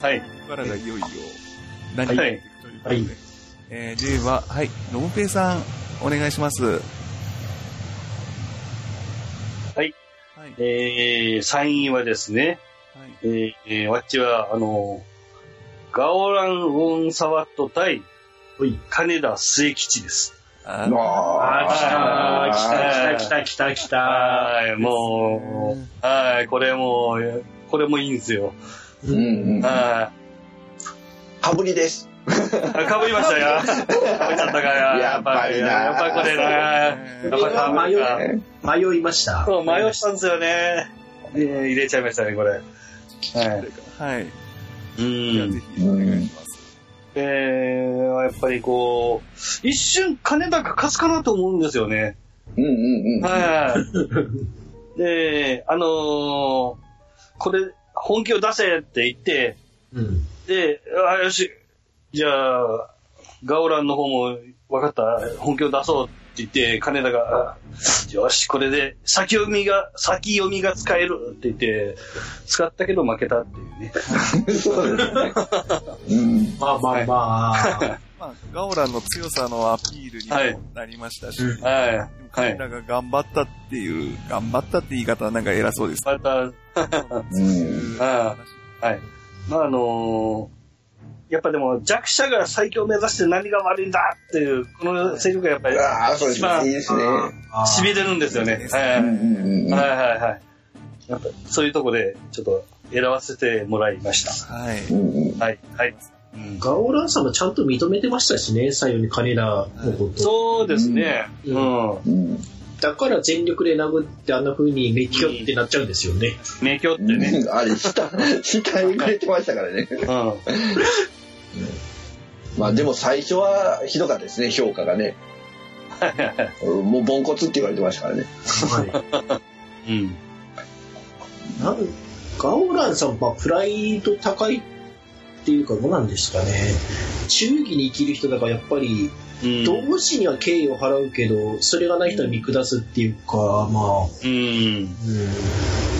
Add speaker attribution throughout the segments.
Speaker 1: はい。
Speaker 2: からがいよいよ
Speaker 1: は
Speaker 2: 何
Speaker 1: い
Speaker 2: が出てくるということで、
Speaker 1: はい
Speaker 2: えー、では、はい、ロムペイさん、お願いします。はい
Speaker 1: はい。
Speaker 2: はい。
Speaker 1: えー、参院はですね、えーえー、わっちは、あの、ガオラン・ウォン・サワット対
Speaker 3: はい。
Speaker 1: 金田末吉です。
Speaker 2: あ
Speaker 3: あ
Speaker 1: あ
Speaker 3: ー
Speaker 1: ー
Speaker 3: 来た来た来た来た。
Speaker 1: はい、も
Speaker 2: ですね
Speaker 1: う、はい、これもう、これもいいんですよ。
Speaker 4: うんうん。か
Speaker 1: は
Speaker 4: ぶりです。
Speaker 1: い。あかぶりましたよ。かぶっちゃったから。
Speaker 4: やっぱりな
Speaker 1: やっぱりこれな。やっぱかぶるな。
Speaker 3: 迷いました。
Speaker 1: そう、迷ったんですよね。えー入れちゃいましたね、これ。はい。
Speaker 2: はい。
Speaker 1: う
Speaker 2: じゃあ、
Speaker 1: ん
Speaker 2: ぜ。ひお願いします。
Speaker 1: えー、やっぱりこう、一瞬金田が勝つかなと思うんですよね。
Speaker 4: うんうんうん。
Speaker 1: はい。で、あのーこれ、本気を出せって言って、
Speaker 3: うん。
Speaker 1: で、あ、よし、じゃあ、ガオランの方も分かった、本気を出そうって言って、金田が、あよし、これで先読みが、先読みが使えるって言って、使ったけど負けたっていうね。
Speaker 4: そうですね。うん。
Speaker 3: まあまあ まあ。
Speaker 2: まあ、ガオランの強さのアピールにもなりましたし、
Speaker 3: うん
Speaker 1: はい。
Speaker 2: でも
Speaker 1: は
Speaker 2: 彼
Speaker 1: い。
Speaker 2: らが頑張ったっていう、頑張ったって言い方はなんか偉そうですけ
Speaker 1: ま た、
Speaker 2: ど、
Speaker 4: うん
Speaker 1: あはい。まあ、あのーやっぱでも弱者が最強を目指して何が悪いんだっていう、このセリフがやっぱり
Speaker 4: ああ、そうで
Speaker 1: 一
Speaker 4: す
Speaker 1: 番
Speaker 4: ね。いいですね。
Speaker 3: あー
Speaker 1: 痺れるんですよね。は
Speaker 4: う
Speaker 1: い
Speaker 4: んうんうん。
Speaker 1: はいはいはい。やっぱそういうとこでちょっと選ばせてもらいました。
Speaker 2: はい。
Speaker 4: うんうん
Speaker 1: はいはい。うん
Speaker 3: ガオランさんもちゃんと認めてましたしね、最後に金田のこと。
Speaker 1: そうですね。う。
Speaker 3: うん
Speaker 4: うん。
Speaker 3: だから全力で殴ってあんな風にメッキョってなっちゃうんですよね。
Speaker 1: 名教ってね。
Speaker 4: あれ、下、下にくれてましたからね。
Speaker 1: うん。
Speaker 4: まあでも最初はひどかったですね、評価がね。うんもうボンコツって言われてましたからね。
Speaker 3: は
Speaker 1: うん。
Speaker 3: い。なんガオランさんはプライド高いっていうかどうなんですかね。忠義に生きる人だからやっぱり
Speaker 1: うん。
Speaker 3: 同志には敬意を払うけど、それがない人は見下すっていうか、まあ、うん、
Speaker 1: うん。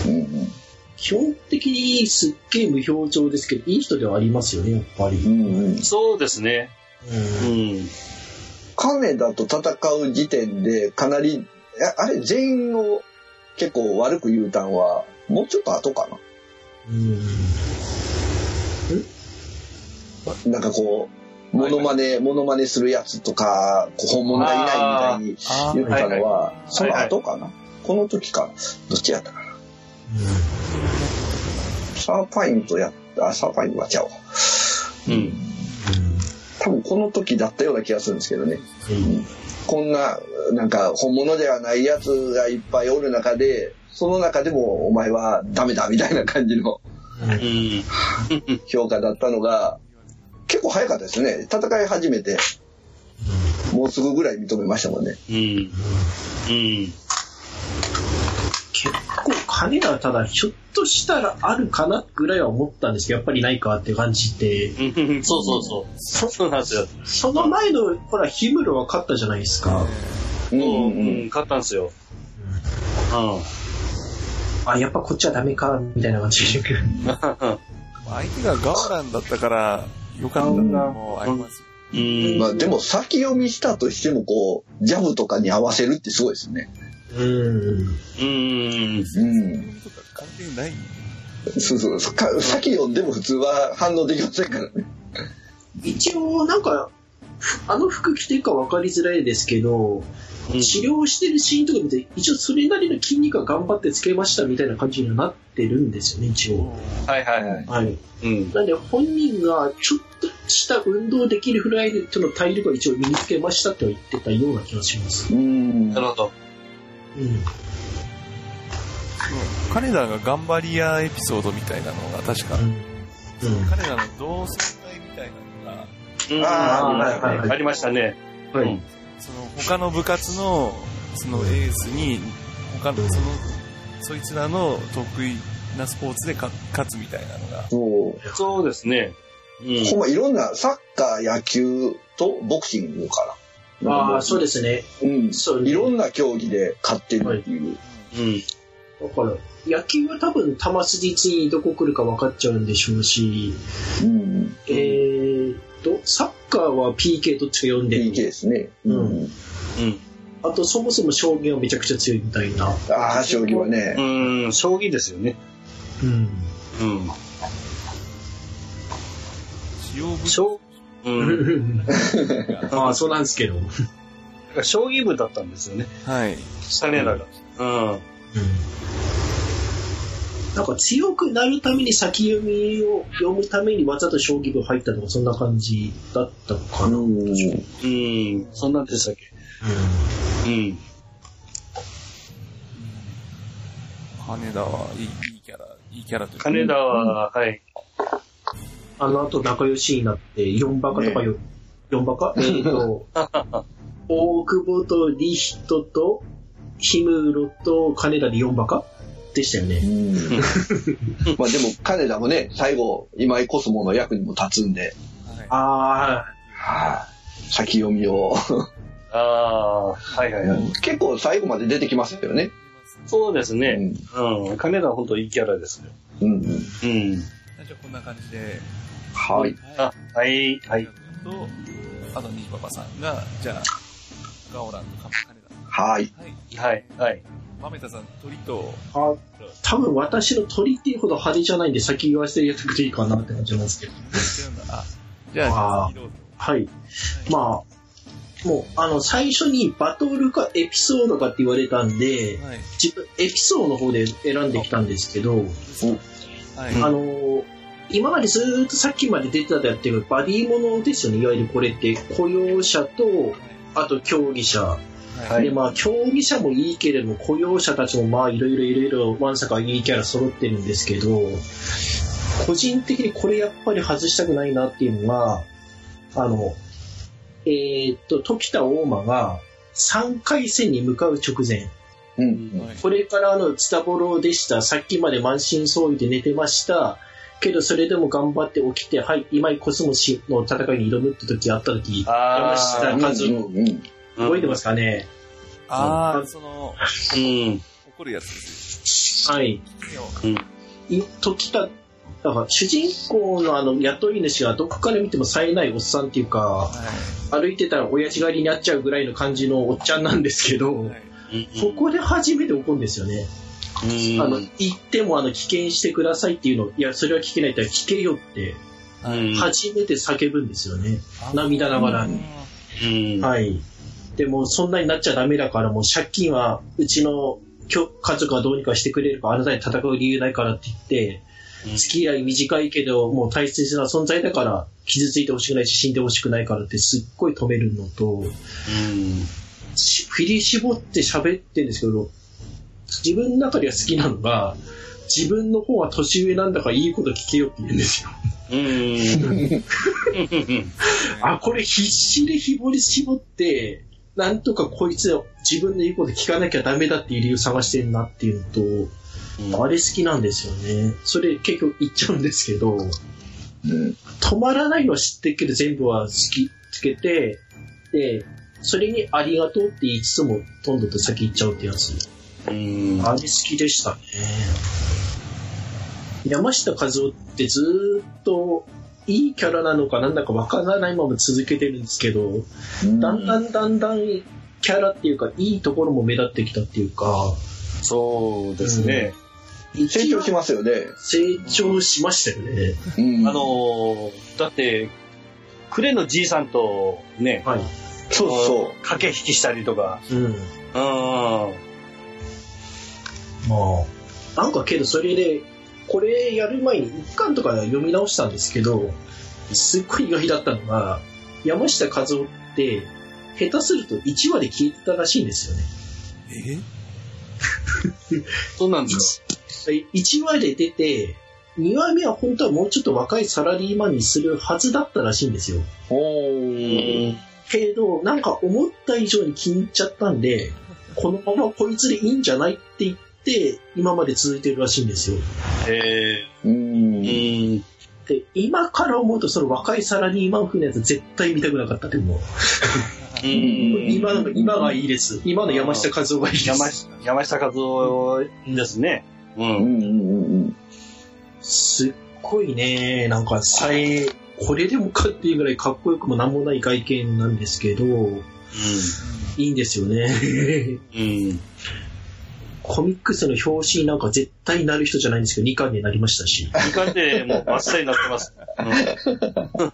Speaker 4: うんうん
Speaker 3: 基本的にすっげえ無表情ですけど、いい人ではありますよね、やっぱり。
Speaker 4: う
Speaker 3: うん
Speaker 4: うん。
Speaker 1: そうですね。うん。
Speaker 4: 金田と戦う時点でかなり、ああれ、全員を結構悪く言うたんは、もうちょっと後かな。
Speaker 3: うん
Speaker 4: なんかこう、モノマネ、モノマネするやつとか、こう本物がいないみ
Speaker 2: あ
Speaker 4: たいに言ったの
Speaker 1: は
Speaker 4: は、その後かな。この時か、どっちやったかな。サーパインとやった、あ、サーパインはちゃうわ。
Speaker 1: うん。
Speaker 4: 多分この時だったような気がするんですけどね。こんな、なんか本物ではないやつがいっぱいおる中で、その中でもお前はダメだみたいな感じの
Speaker 1: うん。
Speaker 4: 評価だったのが、結構早かったですね。戦い始めて、もうすぐぐらい認めましたもんね。
Speaker 1: うん。うん。
Speaker 3: 結構、金田はただ、ひょっとしたらあるかなぐらいは思ったんですけど、やっぱりないかって感じで、
Speaker 1: うん。そうそうそう。そうなんですよ。
Speaker 3: その前の、ほら、ヒムロは勝ったじゃないですか。
Speaker 4: うん
Speaker 1: う
Speaker 4: うんうん
Speaker 1: ん。勝ったんですよ。
Speaker 3: あ、やっぱこっちはダメか、みたいな感じで。
Speaker 1: う
Speaker 2: 相手がガオランだったから、よかったのもありますよ。
Speaker 1: ん。うん
Speaker 4: ま。あでも先読みしたとしてもこう、ジャブとかに合わせるってすごいですね。
Speaker 3: う
Speaker 1: う
Speaker 3: ん。
Speaker 1: ん。
Speaker 4: うん。
Speaker 2: とか関係ない。
Speaker 4: そうそうそう。か先読んでも普通は反応できませんからね。
Speaker 3: 一応、なんか、あの服着てるか分かりづらいですけど、治療してるシーンとか見て、一応それなりの筋肉は頑張ってつけましたみたいな感じにはなってるんですよね、一応。
Speaker 1: はいはいはい。
Speaker 3: はい。
Speaker 1: うん。
Speaker 3: なんで本人がちょっとした運動できるフライでとの体力は一応身につけましたとは言ってたような気がします。
Speaker 4: うん
Speaker 1: なるほど。
Speaker 3: うん。
Speaker 2: 彼らが頑張り屋エピソードみたいなのが確か、
Speaker 3: うん。
Speaker 2: 彼らの同窓会みたいなのが、
Speaker 1: うん
Speaker 4: あ
Speaker 3: ーはいはいはい
Speaker 1: ありましたね。
Speaker 3: は
Speaker 1: うん
Speaker 3: い。
Speaker 2: その他の部活の、そのエースに、他の、その、そいつらの得意なスポーツでか勝つみたいなのが、
Speaker 4: そう。
Speaker 1: そうですね。うん。
Speaker 4: ほんまいろんなサッカー、野球とボクシングかな。
Speaker 3: ああ、そうですね。
Speaker 4: うん。
Speaker 3: そう
Speaker 4: いろんな競技で勝ってるっていう。
Speaker 1: うん。
Speaker 3: だから、野球は多分、球筋次どこ来るか分かっちゃうんでしょうし、
Speaker 4: うん。
Speaker 3: えーっと、サッカーは PK どっちか読んで
Speaker 4: い
Speaker 3: る
Speaker 4: い。ですね。
Speaker 3: うん
Speaker 4: うん。
Speaker 1: うん。
Speaker 3: あと、そもそも将棋はめちゃくちゃ強いみたいな。
Speaker 4: ああ、将棋はね。
Speaker 1: うん、将棋ですよね。
Speaker 3: うん。
Speaker 1: うん。
Speaker 2: 使用部
Speaker 1: 将、うん。
Speaker 3: ああ、そうなんですけど。うん。
Speaker 1: 将棋部だったんですよね。
Speaker 2: はい。
Speaker 1: 金田が。うん。
Speaker 3: なんか強くなるために先読みを読むためにわざと将棋部入ったとかそんな感じだったのか
Speaker 4: う
Speaker 3: な。
Speaker 4: ん。
Speaker 1: うん。そんなんでしたっけうん。
Speaker 2: 羽田はいいいいキャラ、いいキャラというか
Speaker 1: 金田は、はい。
Speaker 3: あの後仲良しになって4バカとかよ、4バ カえっと、大久保とリヒトと氷室と金田で4バカでしたよ
Speaker 4: う
Speaker 3: ね。
Speaker 4: んまあでも、金田もね、最後、今井コスモの役にも立つんで、
Speaker 2: はい
Speaker 3: あ
Speaker 4: はい先読みを。
Speaker 1: ああ、はいはいはい。
Speaker 4: 結構最後まで出てきますよね。
Speaker 1: そうです
Speaker 4: う
Speaker 1: ね。
Speaker 4: ん。
Speaker 1: うん。金田は本当いいキャラですよ。
Speaker 4: うん。
Speaker 1: うん。
Speaker 2: じゃあこんな感じで、
Speaker 4: はい。
Speaker 1: あ、はい、はい。
Speaker 2: と、あと、西パパさんが、じゃあ、ガオランとカ金田さん。
Speaker 4: は
Speaker 2: は
Speaker 4: い。
Speaker 2: い。
Speaker 1: はい、はい。
Speaker 2: 豆田さん、鳥と、
Speaker 3: あ、あ多分私の鳥っていうほど派手じゃないんで先言わせてやってくれいいかなって感じなんですけど。
Speaker 2: あ、じゃあ、
Speaker 3: あーはい。まあ、もう、あの、最初にバトルかエピソードかって言われたんで、
Speaker 2: はい。
Speaker 3: 自分、エピソードの方で選んできたんですけど、
Speaker 2: はい。
Speaker 3: あの、今までずーっとさっきまで出てたやってるバディものですよね、いわゆるこれって。雇用者と、あと競技者。
Speaker 1: はい
Speaker 3: で、まあ、競技者もいいけれども、雇用者たちもまあ、いろいろいろいろ、わんさかいいキャラ揃ってるんですけど、個人的にこれやっぱり外したくないなっていうのが、あの、えーっと、時田大間が3回戦に向かう直前、
Speaker 4: うん。
Speaker 2: はい。
Speaker 3: これからあの、ツタボロでした、さっきまで満身創痍で寝てました、けどそれでも頑張って起きて、はい、今井コスモ氏の戦いに挑むって時あった時、
Speaker 1: あ
Speaker 3: 山
Speaker 1: ー
Speaker 3: 下和
Speaker 4: う
Speaker 3: 郎、
Speaker 4: んうん
Speaker 3: 覚えてますかね、
Speaker 2: ああ、その、
Speaker 1: うん。
Speaker 2: 怒るやつです
Speaker 3: はい。
Speaker 2: よ。
Speaker 3: い時田、だから主人公のあの雇い主がどこから見ても冴えないおっさんっていうか、
Speaker 2: は
Speaker 3: 歩いてたら親父狩りになっちゃうぐらいの感じのおっちゃんなんですけ
Speaker 2: い。
Speaker 3: ど
Speaker 2: は、い。
Speaker 3: ここで初めて怒るんですよね。
Speaker 1: うん。
Speaker 3: あの、行ってもあの、危険してくださいっていうのを、いや、それは聞けないって言ったら聞けよって、
Speaker 1: うん、
Speaker 3: 初めて叫ぶんですよね。涙ながらに。
Speaker 1: うん。
Speaker 3: はい。でも、そんなになっちゃダメだから、もう借金は、うちのきょ家族がどうにかしてくれるから、あなたに戦う理由ないからって言って、
Speaker 1: うん
Speaker 3: 付き合い短いけど、もう大切な存在だから、傷ついてほしくないし、死んでほしくないからってすっごい止めるのと、
Speaker 1: うん。
Speaker 3: し振り絞って喋ってるんですけど、自分の中では好きなのが、自分の方は年上なんだからいいこと聞けよって言うんですよ。
Speaker 1: うん。
Speaker 3: あ、これ必死でひぼり絞って、なんとかこいつを自分の言うこと聞かなきゃダメだっていう理由探してるなっていうのと、あれ好きなんですよね。それ結局言っちゃうんですけど、
Speaker 4: うん。
Speaker 3: 止まらないのは知ってるけど全部は好きつけて、で、それにありがとうって言いつつも、どんどんと先行っちゃうってやつ。
Speaker 1: うん。
Speaker 3: あれ好きでしたね。山下和夫ってずーっといいキャラなのかなんだかわからないまま続けてるんですけど、
Speaker 4: うん
Speaker 3: だんだんだんだんキャラっていうか、いいところも目立ってきたっていうか、
Speaker 1: そうですね。
Speaker 4: 成長しますよね。
Speaker 3: 成長しましたよね。
Speaker 4: うん。
Speaker 1: あのー、だって、クレのじいさんとね、
Speaker 3: はい。
Speaker 4: そうそ
Speaker 1: 駆け引きしたりとか。
Speaker 3: うん。
Speaker 1: うん。
Speaker 3: まあ。なんかけど、それで、これやる前に一巻とか読み直したんですけど、すっごい意外だったのが、山下和夫って、下手すると1話で消えてたらしいんですよね。
Speaker 2: え
Speaker 1: そうなんです
Speaker 3: 1話で出て、2話目は本当はもうちょっと若いサラリーマンにするはずだったらしいんですよ。
Speaker 4: う。お
Speaker 1: よ。
Speaker 4: ー。
Speaker 3: けど、なんか思った以上に気に入っちゃったんで、このままこいつでいいんじゃないって言って、今まで続いてるらしいんですよ。
Speaker 1: え
Speaker 4: うん。
Speaker 1: ー、うん。
Speaker 3: で、今から思うとその若いサラリーマン風のやつ絶対見たくなかったでもう。
Speaker 4: うん
Speaker 3: 今の今がいいです。今の山下和夫がいいです。
Speaker 1: 山下山下和夫ですね。う。
Speaker 4: うんんうんうん
Speaker 3: すっごいね、なんかさえ、これでもかっていうぐらいかっこよくもなんもない外見なんですけど、いいんです よね。
Speaker 1: うん。
Speaker 3: コミックスの表紙になんか絶対なる人じゃないんですけど、2巻になりましたし。
Speaker 1: 時間でもう真っさりになってます。うん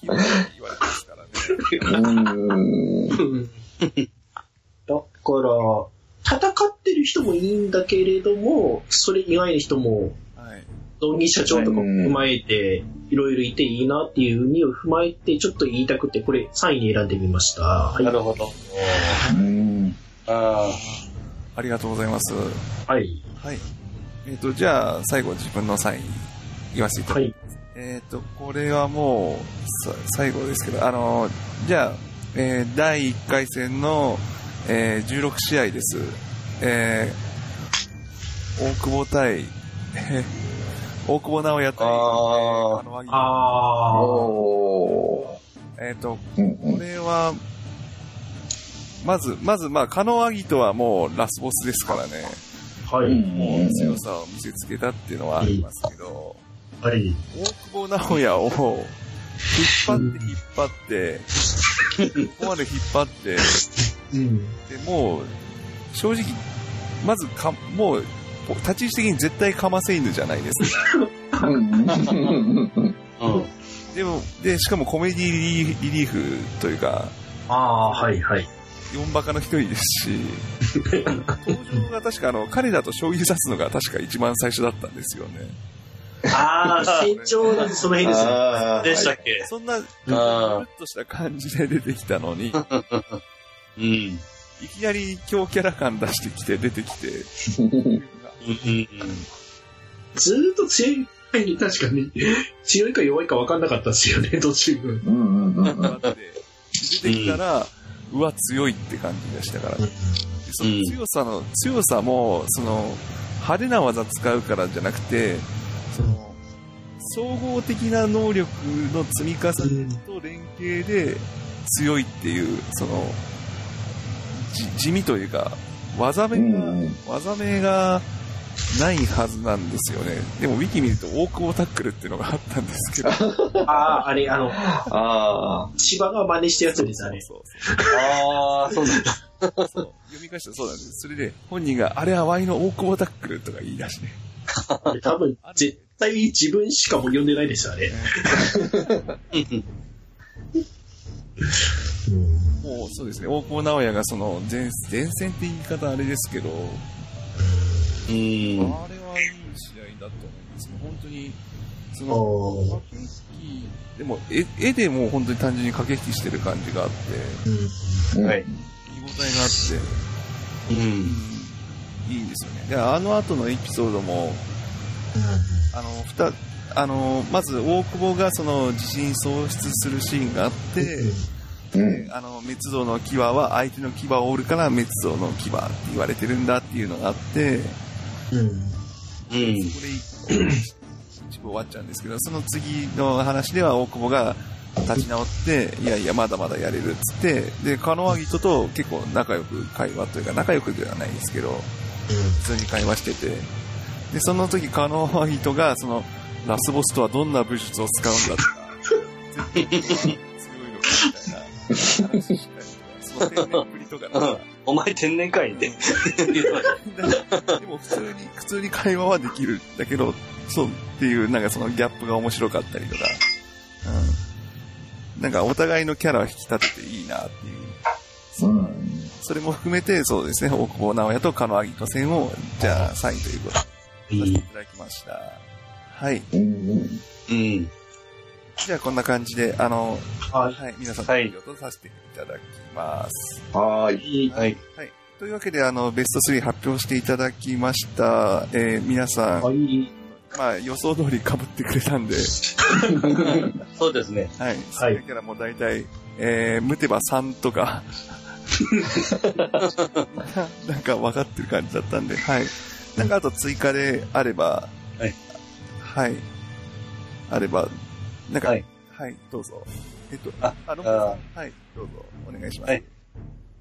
Speaker 2: ひどいって言われてますからね。
Speaker 4: うん
Speaker 3: だから、戦ってる人もいいんだけれども、それ以外の人も、
Speaker 2: はい。
Speaker 3: 道義社長とかも踏まえて、いろいろいていいなっていう意味を踏まえて、ちょっと言いたくて、これ3位に選んでみました。はい
Speaker 1: なるほど。
Speaker 4: うん
Speaker 1: あ
Speaker 2: ありがとうございます。
Speaker 3: はい。
Speaker 2: はい。えっ、と、じゃあ、最後自分のサイン言わせていただきます
Speaker 3: はい。
Speaker 2: えっ、と、これはもう、さ最後ですけど、あの、じゃあ、えー第1回戦の、えー16試合です。えー大久保対、 えー大久保直也対、
Speaker 4: あー
Speaker 2: あの、和木
Speaker 3: ああ。
Speaker 4: お
Speaker 2: えっ、と、
Speaker 4: ーうんう
Speaker 2: こ
Speaker 4: ん
Speaker 2: れは、まず、まず、まあ、カノアギトはもうラスボスですからね。
Speaker 3: は
Speaker 4: う
Speaker 3: い。
Speaker 4: んうん
Speaker 2: 強さを見せつけたっていうのはありますけど、
Speaker 3: はい。
Speaker 2: 大久保直也を引っ張って引っ張って、ここまで引っ張って、
Speaker 3: うん。
Speaker 2: でもう、正直、まずか、もう、立ち位置的に絶対かませ犬じゃないですか。
Speaker 4: うんうん
Speaker 1: あ。うん。
Speaker 2: でも、で、しかもコメディリリリーフというか、
Speaker 3: ああ、はいはい。
Speaker 2: 4バカの一人ですし、登場が確かあの、彼だと将棋指すのが確か一番最初だったんですよね。
Speaker 3: ああ、成長なんてその辺ですね。
Speaker 4: あー
Speaker 1: でしたっけ
Speaker 2: そんな、ふ
Speaker 1: あ
Speaker 2: っとした感じで出てきたのに、
Speaker 1: うん。
Speaker 2: いきなり強キャラ感出してきて、出てきて。
Speaker 1: うん。
Speaker 3: ずーっと強い。確かに。強いか弱いか分かんなかったですよね、 途中。
Speaker 4: うんうんうん
Speaker 2: 待って出てきたら、うわ、強いって感じでしたから。でその強さの、強さも、その、派手な技使うからじゃなくて、その、総合的な能力の積み重ねと連携で強いっていう、その、じ地味というか、技
Speaker 4: う
Speaker 2: 面が、
Speaker 4: ん
Speaker 2: 技名がないはずなんですよね。でも、ウィキ見ると、大久保タックルっていうのがあったんですけど。
Speaker 3: ああー、あれ、あの、
Speaker 4: あ
Speaker 3: 千葉が真似したやつです、あれ。
Speaker 2: そうそう
Speaker 1: ああ、そうなんだ。
Speaker 2: そうそう読み返したらそうなんです。それで、本人が、あれはワイの大久保タックルとか言い出して。
Speaker 3: 多分、絶対自分しかも読んでないですよ、あれ。
Speaker 2: もう、そうですね、大久保直也が、その、前、前線って言い方あれですけど、
Speaker 1: うん。
Speaker 2: あれはいい試合だと思いますね。本当に、そ
Speaker 3: あ
Speaker 2: の、
Speaker 3: ー
Speaker 2: 駆け引き、でも、絵、絵でもう本当に単純に駆け引きしてる感じがあって、
Speaker 3: うん
Speaker 4: ー
Speaker 1: はい。
Speaker 2: 見応えがあって、
Speaker 1: うん。
Speaker 2: いいんですよね。で、あの後のエピソードも、あの、ふた、あの、まず大久保がその自信喪失するシーンがあって、
Speaker 4: うん
Speaker 2: あの、滅動の牙は相手の牙を折るから滅動の牙って言われてるんだっていうのがあって、
Speaker 3: うん
Speaker 1: うん。
Speaker 2: これ一部終わっちゃうんですけど、その次の話では大久保が立ち直って、いやいや、まだまだやれるっつって、で、カノアギトと結構仲良く会話というか、仲良くではないですけど、普通に会話してて、で、その時、カノアギトが、その、ラスボスとはどんな武術を使うんだとか、絶対強いのかみたいな話したりとか、その天然ぶりとかなんか
Speaker 1: お前天然かいって。
Speaker 2: でも普通に、普通に会話はできるんだけど、そうっていう、なんかそのギャップが面白かったりとか、うん。なんかお互いのキャラを引き立てていいなっていう。それも含めて、そうですね、大久保直也と狩野明子戦を、じゃあ、3位ということでさせていただきました。はい。
Speaker 4: うん
Speaker 1: うん。
Speaker 2: じゃあ、こんな感じで、あの、
Speaker 3: は
Speaker 2: はい、皆さん、
Speaker 1: はい
Speaker 2: 発表とさせていただきます。
Speaker 4: はーい
Speaker 3: い。
Speaker 1: はい。
Speaker 2: はい。というわけで、あの、ベスト3発表していただきました。えー皆さん、
Speaker 3: はい。
Speaker 2: まあ予想通り被ってくれたんで、
Speaker 1: そうですね。
Speaker 2: はい。それからもう大体、えー、ムテバ3とか、なんか分かってる感じだったんで、はい。なんかあと追加であれば、
Speaker 1: はい。
Speaker 2: はい。あれば、なんか、は
Speaker 1: はいい。
Speaker 2: どうぞ。えっと、
Speaker 1: あ
Speaker 2: あ、ロンボさん。はい。どうぞ、お願いします。
Speaker 1: はい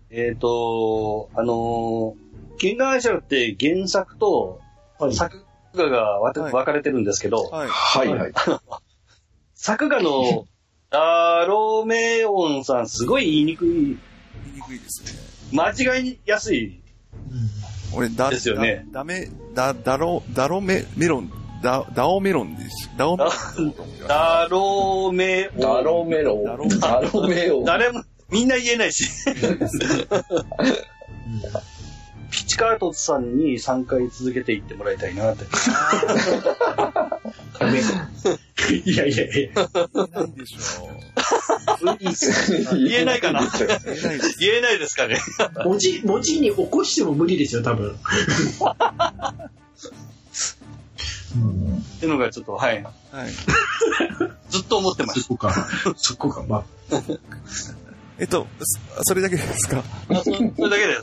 Speaker 1: えっ、と、あのー、キンガーアイシャルって原作と
Speaker 3: はい。
Speaker 1: 作画がわた
Speaker 2: はい
Speaker 1: 分かれてるんですけど、
Speaker 2: はい。
Speaker 4: はいはい。
Speaker 1: 作画のダロメオンさんすごい言いにくい、
Speaker 2: 言いにくいですね。
Speaker 1: 間違いやすい。
Speaker 2: 俺、だ、
Speaker 1: ですよね
Speaker 2: だ、だめ、だ、だろ、だろメ、メロン、だ、だおメロンです。だおメロンだと思ってまし
Speaker 1: ダロメオン。
Speaker 4: ダロメロ
Speaker 2: ダロ
Speaker 4: ン。ダロメロン。
Speaker 1: 誰も、みんな言えないし。ピチカートさんに3回続けていってもらいたいなって。
Speaker 3: いやいやいや。
Speaker 2: た。言えないでしょう。
Speaker 1: 言えないか な
Speaker 2: 言えないです。
Speaker 1: 言えないですかね。
Speaker 3: 文字、文字に起こしても無理ですよ、多分。
Speaker 1: っていうのがちょっと、はい。
Speaker 2: はい。
Speaker 1: ずっと思ってまし
Speaker 3: そこか。そこか。ま
Speaker 2: えっと、そそれだけですか
Speaker 1: た。そそれだけ です。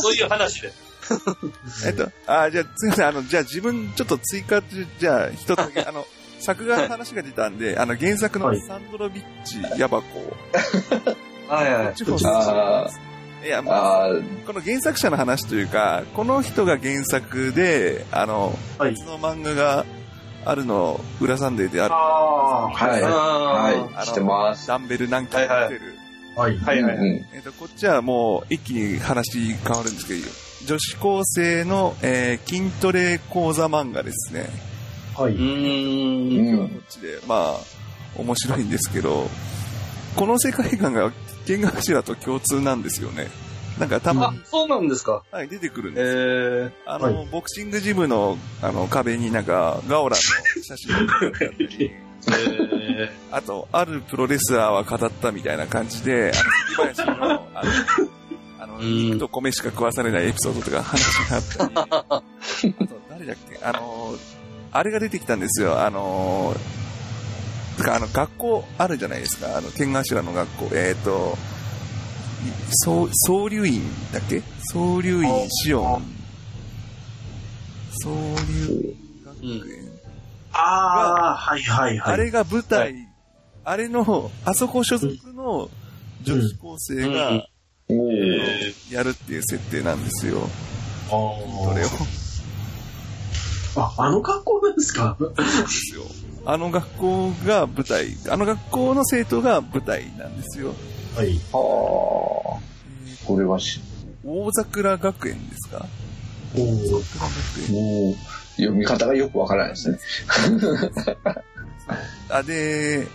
Speaker 1: そういう話です。
Speaker 2: えっと、あ、じゃあ、すいません、あの、じゃあ自分、ちょっと追加、じゃあ、一つだけ、あの、作画の話が出たんで、あの、原作の
Speaker 3: はい
Speaker 2: サンドロビッチ、ヤバコ、
Speaker 1: はいは
Speaker 2: こっ
Speaker 1: い。
Speaker 2: ちも
Speaker 4: あ
Speaker 2: いや、まあ、
Speaker 4: あ
Speaker 2: この原作者の話というか、この人が原作で、あの、
Speaker 3: あ、はい
Speaker 2: 別。の漫画があるのを、裏サンデーである、
Speaker 3: あ
Speaker 4: あ、はい。
Speaker 1: は
Speaker 4: はい。してます。
Speaker 2: ダンベル何回も出てる。
Speaker 3: あ。はい。
Speaker 1: い。はいはい。
Speaker 4: うん
Speaker 2: えっと、こっちはもう、一気に話変わるんですけど、女子高生の、えー筋トレ講座漫画ですね。
Speaker 3: は
Speaker 1: う
Speaker 3: い。
Speaker 1: ーん。
Speaker 4: う
Speaker 2: こ
Speaker 4: ん。
Speaker 2: っちで、まあ、面白いんですけど、この世界観が剣学士だと共通なんですよね。なんかたま
Speaker 1: あ
Speaker 2: に、、
Speaker 1: そうなんですか。
Speaker 2: はい、出てくるん
Speaker 1: え
Speaker 2: です。
Speaker 1: ー、
Speaker 2: あの、
Speaker 3: は
Speaker 2: ボクシングジムの、あの、壁になんか、ガオラの写真が貼ってあったり、
Speaker 1: え
Speaker 2: あと、あるプロレスラーは語ったみたいな感じで、あの、杉林の、あの、あの、
Speaker 1: うん
Speaker 2: 肉と米しか食わされないエピソードとか話があったり、あと、誰だっけ、あの、あれが出てきたんですよ、あの、てか、あの、学校あるじゃないですか、あの、天頭の学校、えっ、ー、と、いそう総流院だっけ総流院シオン。総流院学園。
Speaker 3: ああ、はいはいはい。
Speaker 2: あれが舞台、
Speaker 1: は
Speaker 2: あれの、あそこ所属の女子高生
Speaker 1: うん
Speaker 2: が
Speaker 4: お
Speaker 1: ー、
Speaker 4: ー
Speaker 1: え
Speaker 2: やるっていう設定なんですよ。
Speaker 3: あ
Speaker 2: それを。
Speaker 3: ー
Speaker 2: で
Speaker 3: あ、あの学校なんですか
Speaker 2: すよ。あの学校が舞台、あの学校の生徒が舞台なんですよ。
Speaker 3: はい。
Speaker 4: ああ、これはし、
Speaker 2: 大桜学園ですか
Speaker 3: おー
Speaker 2: 桜学園。
Speaker 4: もう、読み方がよくわからないですね。
Speaker 2: あ、で、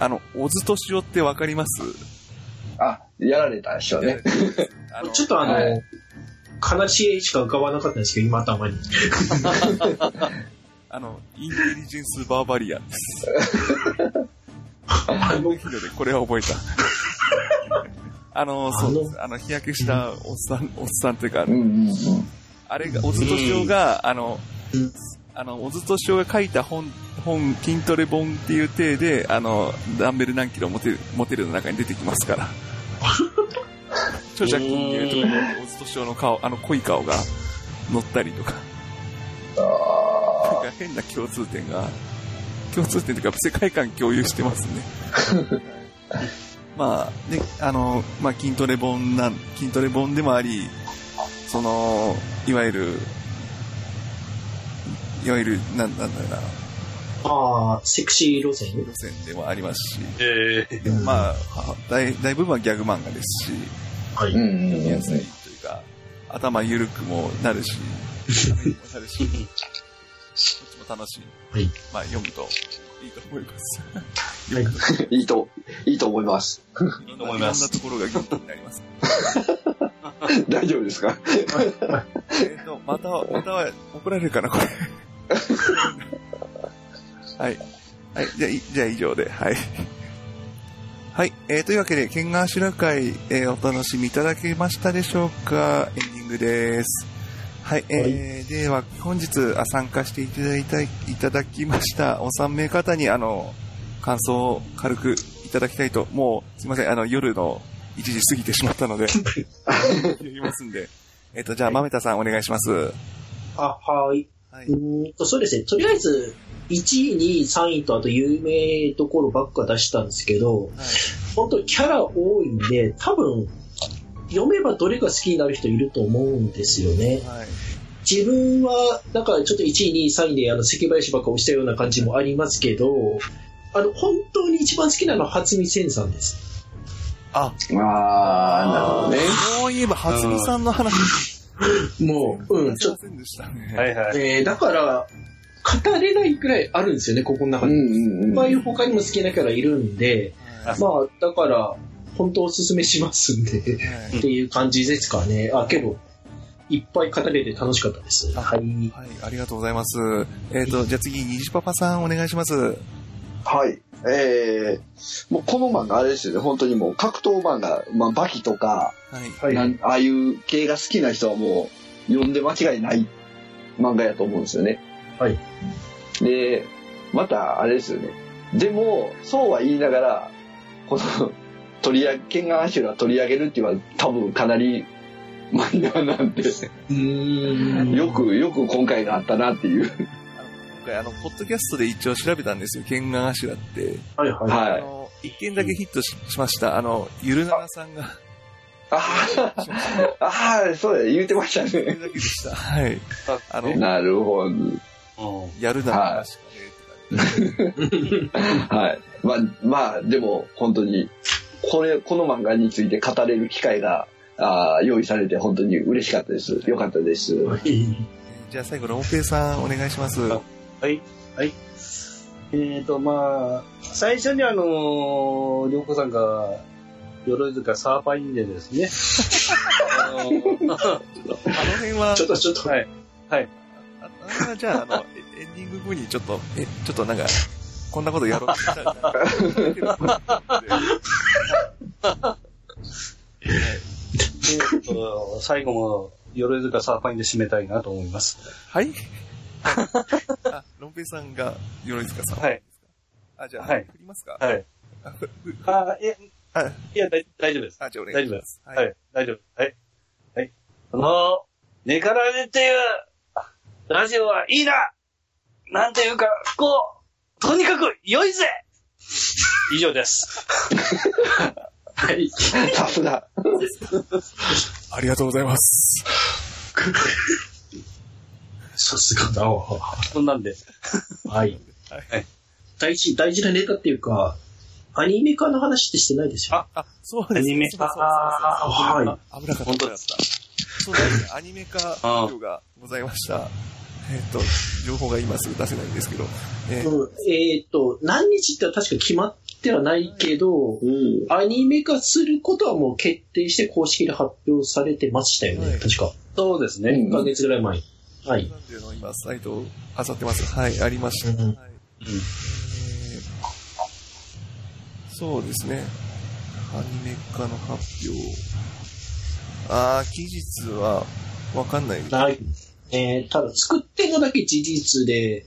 Speaker 2: あの、小津敏夫ってわかります
Speaker 4: あ、やられた人ね。
Speaker 2: あの
Speaker 3: ちょっとあの、
Speaker 4: はい
Speaker 3: 悲しいしか浮かばなかったんですけど、今頭に。
Speaker 2: あの、インテリジェンス・バーバリアンです。
Speaker 3: あの、
Speaker 2: ヒロでこれは覚えた。あの、そうです。あの、日焼けしたおっさん、おっさんというか、
Speaker 4: うんうんうん。
Speaker 2: あれが、小津敏夫が、あの
Speaker 3: うん、
Speaker 2: あの、小津敏夫が書いた本、本、筋トレ本っていう体で、あの、ダンベル何キロ持てる、持てるの中に出てきますから。著者筋入とかで、小津敏夫の顔、あの、濃い顔が乗ったりとか、
Speaker 4: あ
Speaker 2: なんか変な共通点が、共通点というか、世界観共有してますね。まあ、で、あの、まあ、筋トレ本なん、筋トレ本でもあり、その、いわゆる、いわゆる、なん、なんだろうな、
Speaker 3: ああ、セクシー路線。
Speaker 2: 路線でもありますし、
Speaker 1: えー、
Speaker 2: でもまあ、大、大部分はギャグ漫画ですし、
Speaker 3: は
Speaker 4: あ、
Speaker 3: い。
Speaker 4: うんうん
Speaker 2: 見
Speaker 4: う
Speaker 2: や
Speaker 4: ん。
Speaker 2: すいというか、頭ゆるくもなるし、ためにもなるし、こっちも楽しい。
Speaker 3: はい
Speaker 2: まあ、読むといいと思います。
Speaker 3: はい
Speaker 2: 読むと
Speaker 4: いいと、いいと思います。
Speaker 2: いろん
Speaker 1: と
Speaker 2: な
Speaker 1: 思
Speaker 2: いろ
Speaker 1: い
Speaker 2: んな
Speaker 1: ます
Speaker 2: ところが元気になります。
Speaker 4: 大丈夫ですか
Speaker 2: えっと、 また、または怒られるかな、 これ。はい。はい、じゃあ、いじゃあ以上で、はい。はい、えー、というわけで、剣眼白会、えーお楽しみいただけましたでしょうかエンディングです。はい、えーでは、本日、あ参加していただいた、いただきました、お三名方に、あの、感想を軽くいただきたいと、もう、すいません、あの、夜の1時過ぎてしまったので、 やりますんで。えっと、じゃあ、まめたさんお願いします。
Speaker 3: あ、はい。
Speaker 2: ははい。
Speaker 3: うーんとそうですね、とりあえず、1位、2位、3位とあと有名ところばっか出したんですけど、
Speaker 2: はい
Speaker 3: 本当にキャラ多いんで、多分、読めばどれが好きになる人いると思うんですよね。
Speaker 2: はい。
Speaker 3: 自分は、なんかちょっと1位、2位、3位で、あの、関林ばっか押したような感じもありますけど、あの、本当に一番好きなのは初見千さんです。
Speaker 2: あ、
Speaker 4: ああ、なるほどね。
Speaker 2: そういえば、初見さんの話、
Speaker 3: もう、うん、ち
Speaker 2: し
Speaker 3: ょ
Speaker 2: ませんでしたね。
Speaker 1: はいはい。
Speaker 3: えーだから、語れないくらいあるんですよね、ここの中
Speaker 4: う
Speaker 3: に。
Speaker 4: んうんう
Speaker 3: いっ
Speaker 4: ん。
Speaker 3: ぱ
Speaker 4: はい
Speaker 3: い他にも好きなキャラいるんで、
Speaker 2: は
Speaker 3: まあ、だから、本当おすすめしますんで、
Speaker 2: いはい
Speaker 3: っていう感じですかね。あ、けど、いっぱい語れて楽しかったです。
Speaker 2: あ
Speaker 3: はい。
Speaker 2: はい、ありがとうございます。えっ、と、じゃあ次、虹パパさんお願いします。
Speaker 4: い。えー、もうこの漫画あれですよね、本当にもう格闘漫画、まあ、バキとか、
Speaker 2: はい。
Speaker 1: はい
Speaker 4: なんああいう系が好きな人はもう読んで間違いない漫画やと思うんですよね。
Speaker 3: はい。
Speaker 4: で、またあれですよね。でも、そうは言いながら、この 取り上げ、ケンガンアシュラ取り上げるっていうのは多分かなりマイナーなんで、
Speaker 3: うーん
Speaker 4: よ。く、よく今回があったなっていう。
Speaker 2: 今回、あの、ポッドキャストで一応調べたんですよ。ケンガンアシュラって。
Speaker 3: はいはい。
Speaker 2: あ
Speaker 4: はい。
Speaker 2: の、一件だけヒットししました。あの、ゆるななさんが、
Speaker 4: あ
Speaker 2: しました。
Speaker 4: あ、ああ、そうだ、言ってました
Speaker 2: それ
Speaker 4: ね。
Speaker 2: だけでした。はい。あの、
Speaker 4: なるほど。
Speaker 1: うん
Speaker 2: やるなら話かねって感じ。
Speaker 4: はい。まあ、まあ、でも、本当に、これ、この漫画について語れる機会が、あー用意されて本当に嬉しかったです。良かったです。は
Speaker 2: えーじゃあ最後、ロンペイさんお願いします。は
Speaker 1: あはい。はい。えっ、と、まあ、最初にあのー、りょうこさんが、鎧塚サーパインでですね。 あのー
Speaker 2: あの辺は
Speaker 3: ちょ、っとちょっと、
Speaker 1: はい。
Speaker 2: あの辺はじゃあ、あ の、エエンディング後にちょっと、え、ちょっとなんか、こんなことやろ うとしたら、
Speaker 1: えっと最後も、鎧塚サーパインで締めたいなと思います。
Speaker 2: はいあ、ロンペイさんが、鎧塚さん。
Speaker 1: はい。
Speaker 2: あ、じゃあ、
Speaker 1: はい
Speaker 2: 振りますか
Speaker 1: はい。
Speaker 2: あふふ
Speaker 1: あ、いや、
Speaker 2: はい
Speaker 1: いや、大大丈夫です。
Speaker 2: あ、じゃあお願いします。
Speaker 1: は、
Speaker 2: はい
Speaker 1: 大丈夫。はい。はい。あのー、寝かられっていう、ラジオはいいななんていうか、こう、とにかく良いぜ以上です。
Speaker 3: はい。
Speaker 4: さすが。
Speaker 2: ありがとうございます。
Speaker 3: さすがだわ。
Speaker 1: そんなんで。
Speaker 3: はい
Speaker 1: はい。
Speaker 3: 大事、大事なネタっていうか、アニメ化の話ってしてないですよ。
Speaker 2: あ、そうです
Speaker 1: アニメ
Speaker 2: そうそうそう
Speaker 3: あ
Speaker 2: そう
Speaker 3: ーは
Speaker 2: あ危なかった。
Speaker 1: 本当ですか。
Speaker 2: そうですね。アニメ化発表がございました。えっ、と、情報が今すぐ出せないんですけど。えー
Speaker 3: うん、えっ、と、何日っては確か決まってはないけど、
Speaker 4: うん。
Speaker 3: アニメ化することはもう決定して公式で発表されてましたよね、
Speaker 2: はい
Speaker 3: 確か。
Speaker 1: そうです
Speaker 4: う
Speaker 1: ね。
Speaker 4: ん
Speaker 3: 1ヶ月ぐらい前。はい。
Speaker 2: なんていうの今、サイトを漁ってます。はい、ありました。
Speaker 3: うん
Speaker 2: はいえーそうですね。アニメ化の発表。あー、期日はわかんないです。
Speaker 3: はい。えー、ただ作ってるのだけ事実で、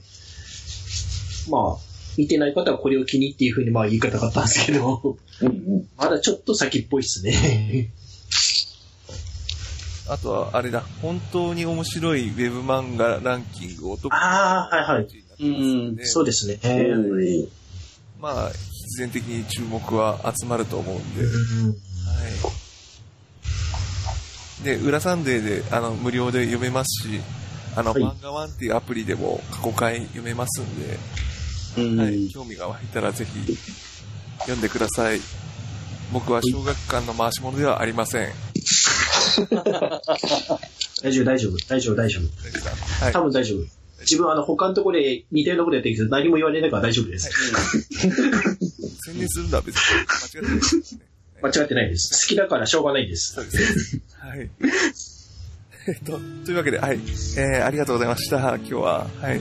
Speaker 3: まあ、見てない方はこれを気にっていうふうにまあ言い方があったんですけど、
Speaker 4: うんうん。
Speaker 3: まだちょっと先っぽいっすね。
Speaker 2: あとは、あれだ、本当に面白いウェブ漫画ランキングをトップ
Speaker 3: あーはいはい
Speaker 2: になってますんで
Speaker 3: そうですね。
Speaker 4: うん
Speaker 2: まあ、必然的に注目は集まると思うんで。
Speaker 3: うん
Speaker 2: はい。で、裏サンデーで、あの、無料で読めますし、あの、
Speaker 3: はい
Speaker 2: 漫画ワンっていうアプリでも過去回読めますんで、
Speaker 1: うん
Speaker 2: はい、興味が湧いたらぜひ読んでください。僕は小学館の回し物ではありません。
Speaker 3: 大丈夫、大丈夫、大丈夫、大丈夫。
Speaker 2: 大丈夫だはい。
Speaker 3: 多分大丈夫。自分、あの、他のところで似たようなことやってるけど、何も言われないから大丈夫 です。
Speaker 2: 宣伝するのは別に間違ってないですね。
Speaker 3: 間違ってないです。好きだからしょうがないで
Speaker 2: そ
Speaker 3: す。
Speaker 2: うです。はい。えっと、という わけで、はい。えー、ありがとうございました、今日は。はい。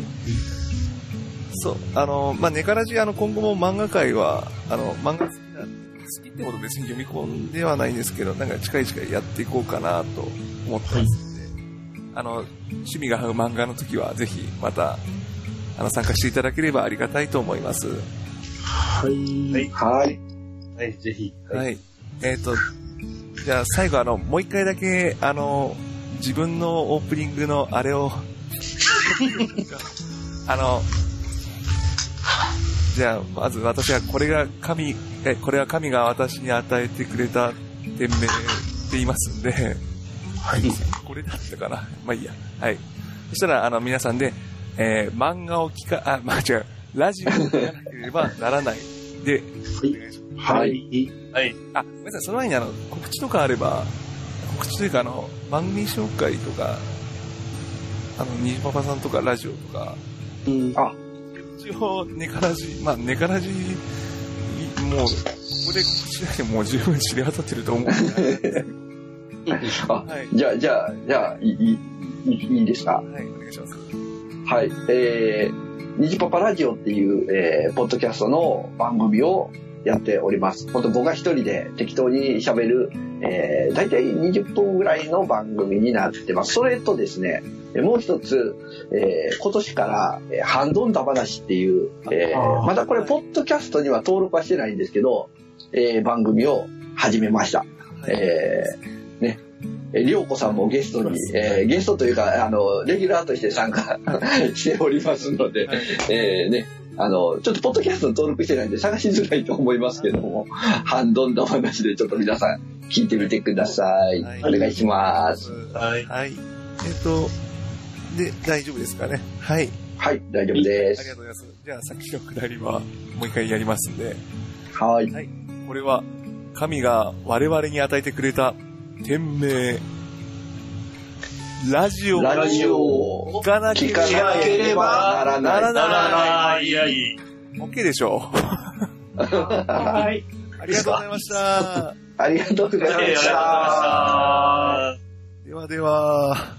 Speaker 2: そう、あの、まあ、ネカラジ、あの、今後も漫画界は、あの、漫画好きなんで、好きってほど別に読み込んではないんですけど、なんか近い近いやっていこうかなと思ってますんで、あの、趣味が合う漫画の時は、ぜひ、また、あの、参加していただければありがたいと思います。
Speaker 3: はい
Speaker 1: はい
Speaker 4: はい。
Speaker 1: はい、ぜひ。。
Speaker 2: はいい。えっ、と、じゃあ最後 あの、もう一回だけ、あの、自分のオープニングのあれを、あの、じゃあ、まず私はこれが神、えこれは神が私に与えてくれた天命って言いますんで、はい。これだったかな。まあいいや。はい。そしたら、あの、皆さんで、えー漫画を聞か、あ、まあ違う、ラジオを聞かなければならない。で、お願いします。
Speaker 3: はい。
Speaker 1: はい。
Speaker 2: あ、ごめんなさい、その前にあの、告知とかあれば、告知というかあの、番組紹介とか、あの、にじパパさんとかラジオとか、
Speaker 1: うん。
Speaker 2: 一応、ネカラジ、まあ、ネカラジ、もう、ここで告知だけでもう十分知れ渡ってると思うん で、
Speaker 4: あ
Speaker 2: はい。
Speaker 4: じゃあ、じゃあ、じゃあ、いい、いいいいですか
Speaker 2: はい、お願いします。
Speaker 4: はい。えー、ニジパパラジオっていう、えー、ポッドキャストの番組をやっております。本当僕が一人で適当に喋る、えー、大体20分ぐらいの番組になってます。それとですね、えーもう一つ、えー、今年から、えー、ハンドンダ話っていう、え
Speaker 3: あ
Speaker 4: ー、
Speaker 3: ー
Speaker 4: まだこれ、ポッドキャストには登録はしてないんですけど、えー、番組を始めました。えーね、えーりょうこさんもゲストに、えーゲストというか、あの、レギュラーとして参加しておりますので、
Speaker 2: はい
Speaker 4: えーね、あの、ちょっとポッドキャストに登録してないんで探しづらいと思いますけども、ハンドンの話でちょっと皆さん聞いてみてください。
Speaker 2: はい
Speaker 4: お願いします。
Speaker 1: はい。
Speaker 2: はい。えっと、で、大丈夫ですかね。はい。
Speaker 4: はい、大丈夫で
Speaker 2: ありが
Speaker 4: す。
Speaker 2: とうございます。じゃあ、さっきのくだりは、もう一回やりますんで、
Speaker 4: はい。
Speaker 2: これは、神が我々に与えてくれた、天命、ラジオを
Speaker 4: ラジオ
Speaker 2: 聞
Speaker 4: を
Speaker 2: かなけ
Speaker 4: 聞
Speaker 2: れ
Speaker 4: か
Speaker 2: ば
Speaker 4: なければならない。
Speaker 1: ならない。いや、いい。
Speaker 2: OK でしょう。
Speaker 3: はい。
Speaker 2: ありがとうございました。
Speaker 4: ありがとうござ
Speaker 1: ありがとうご
Speaker 4: いまし。
Speaker 1: ざいましたた。
Speaker 2: ではでは。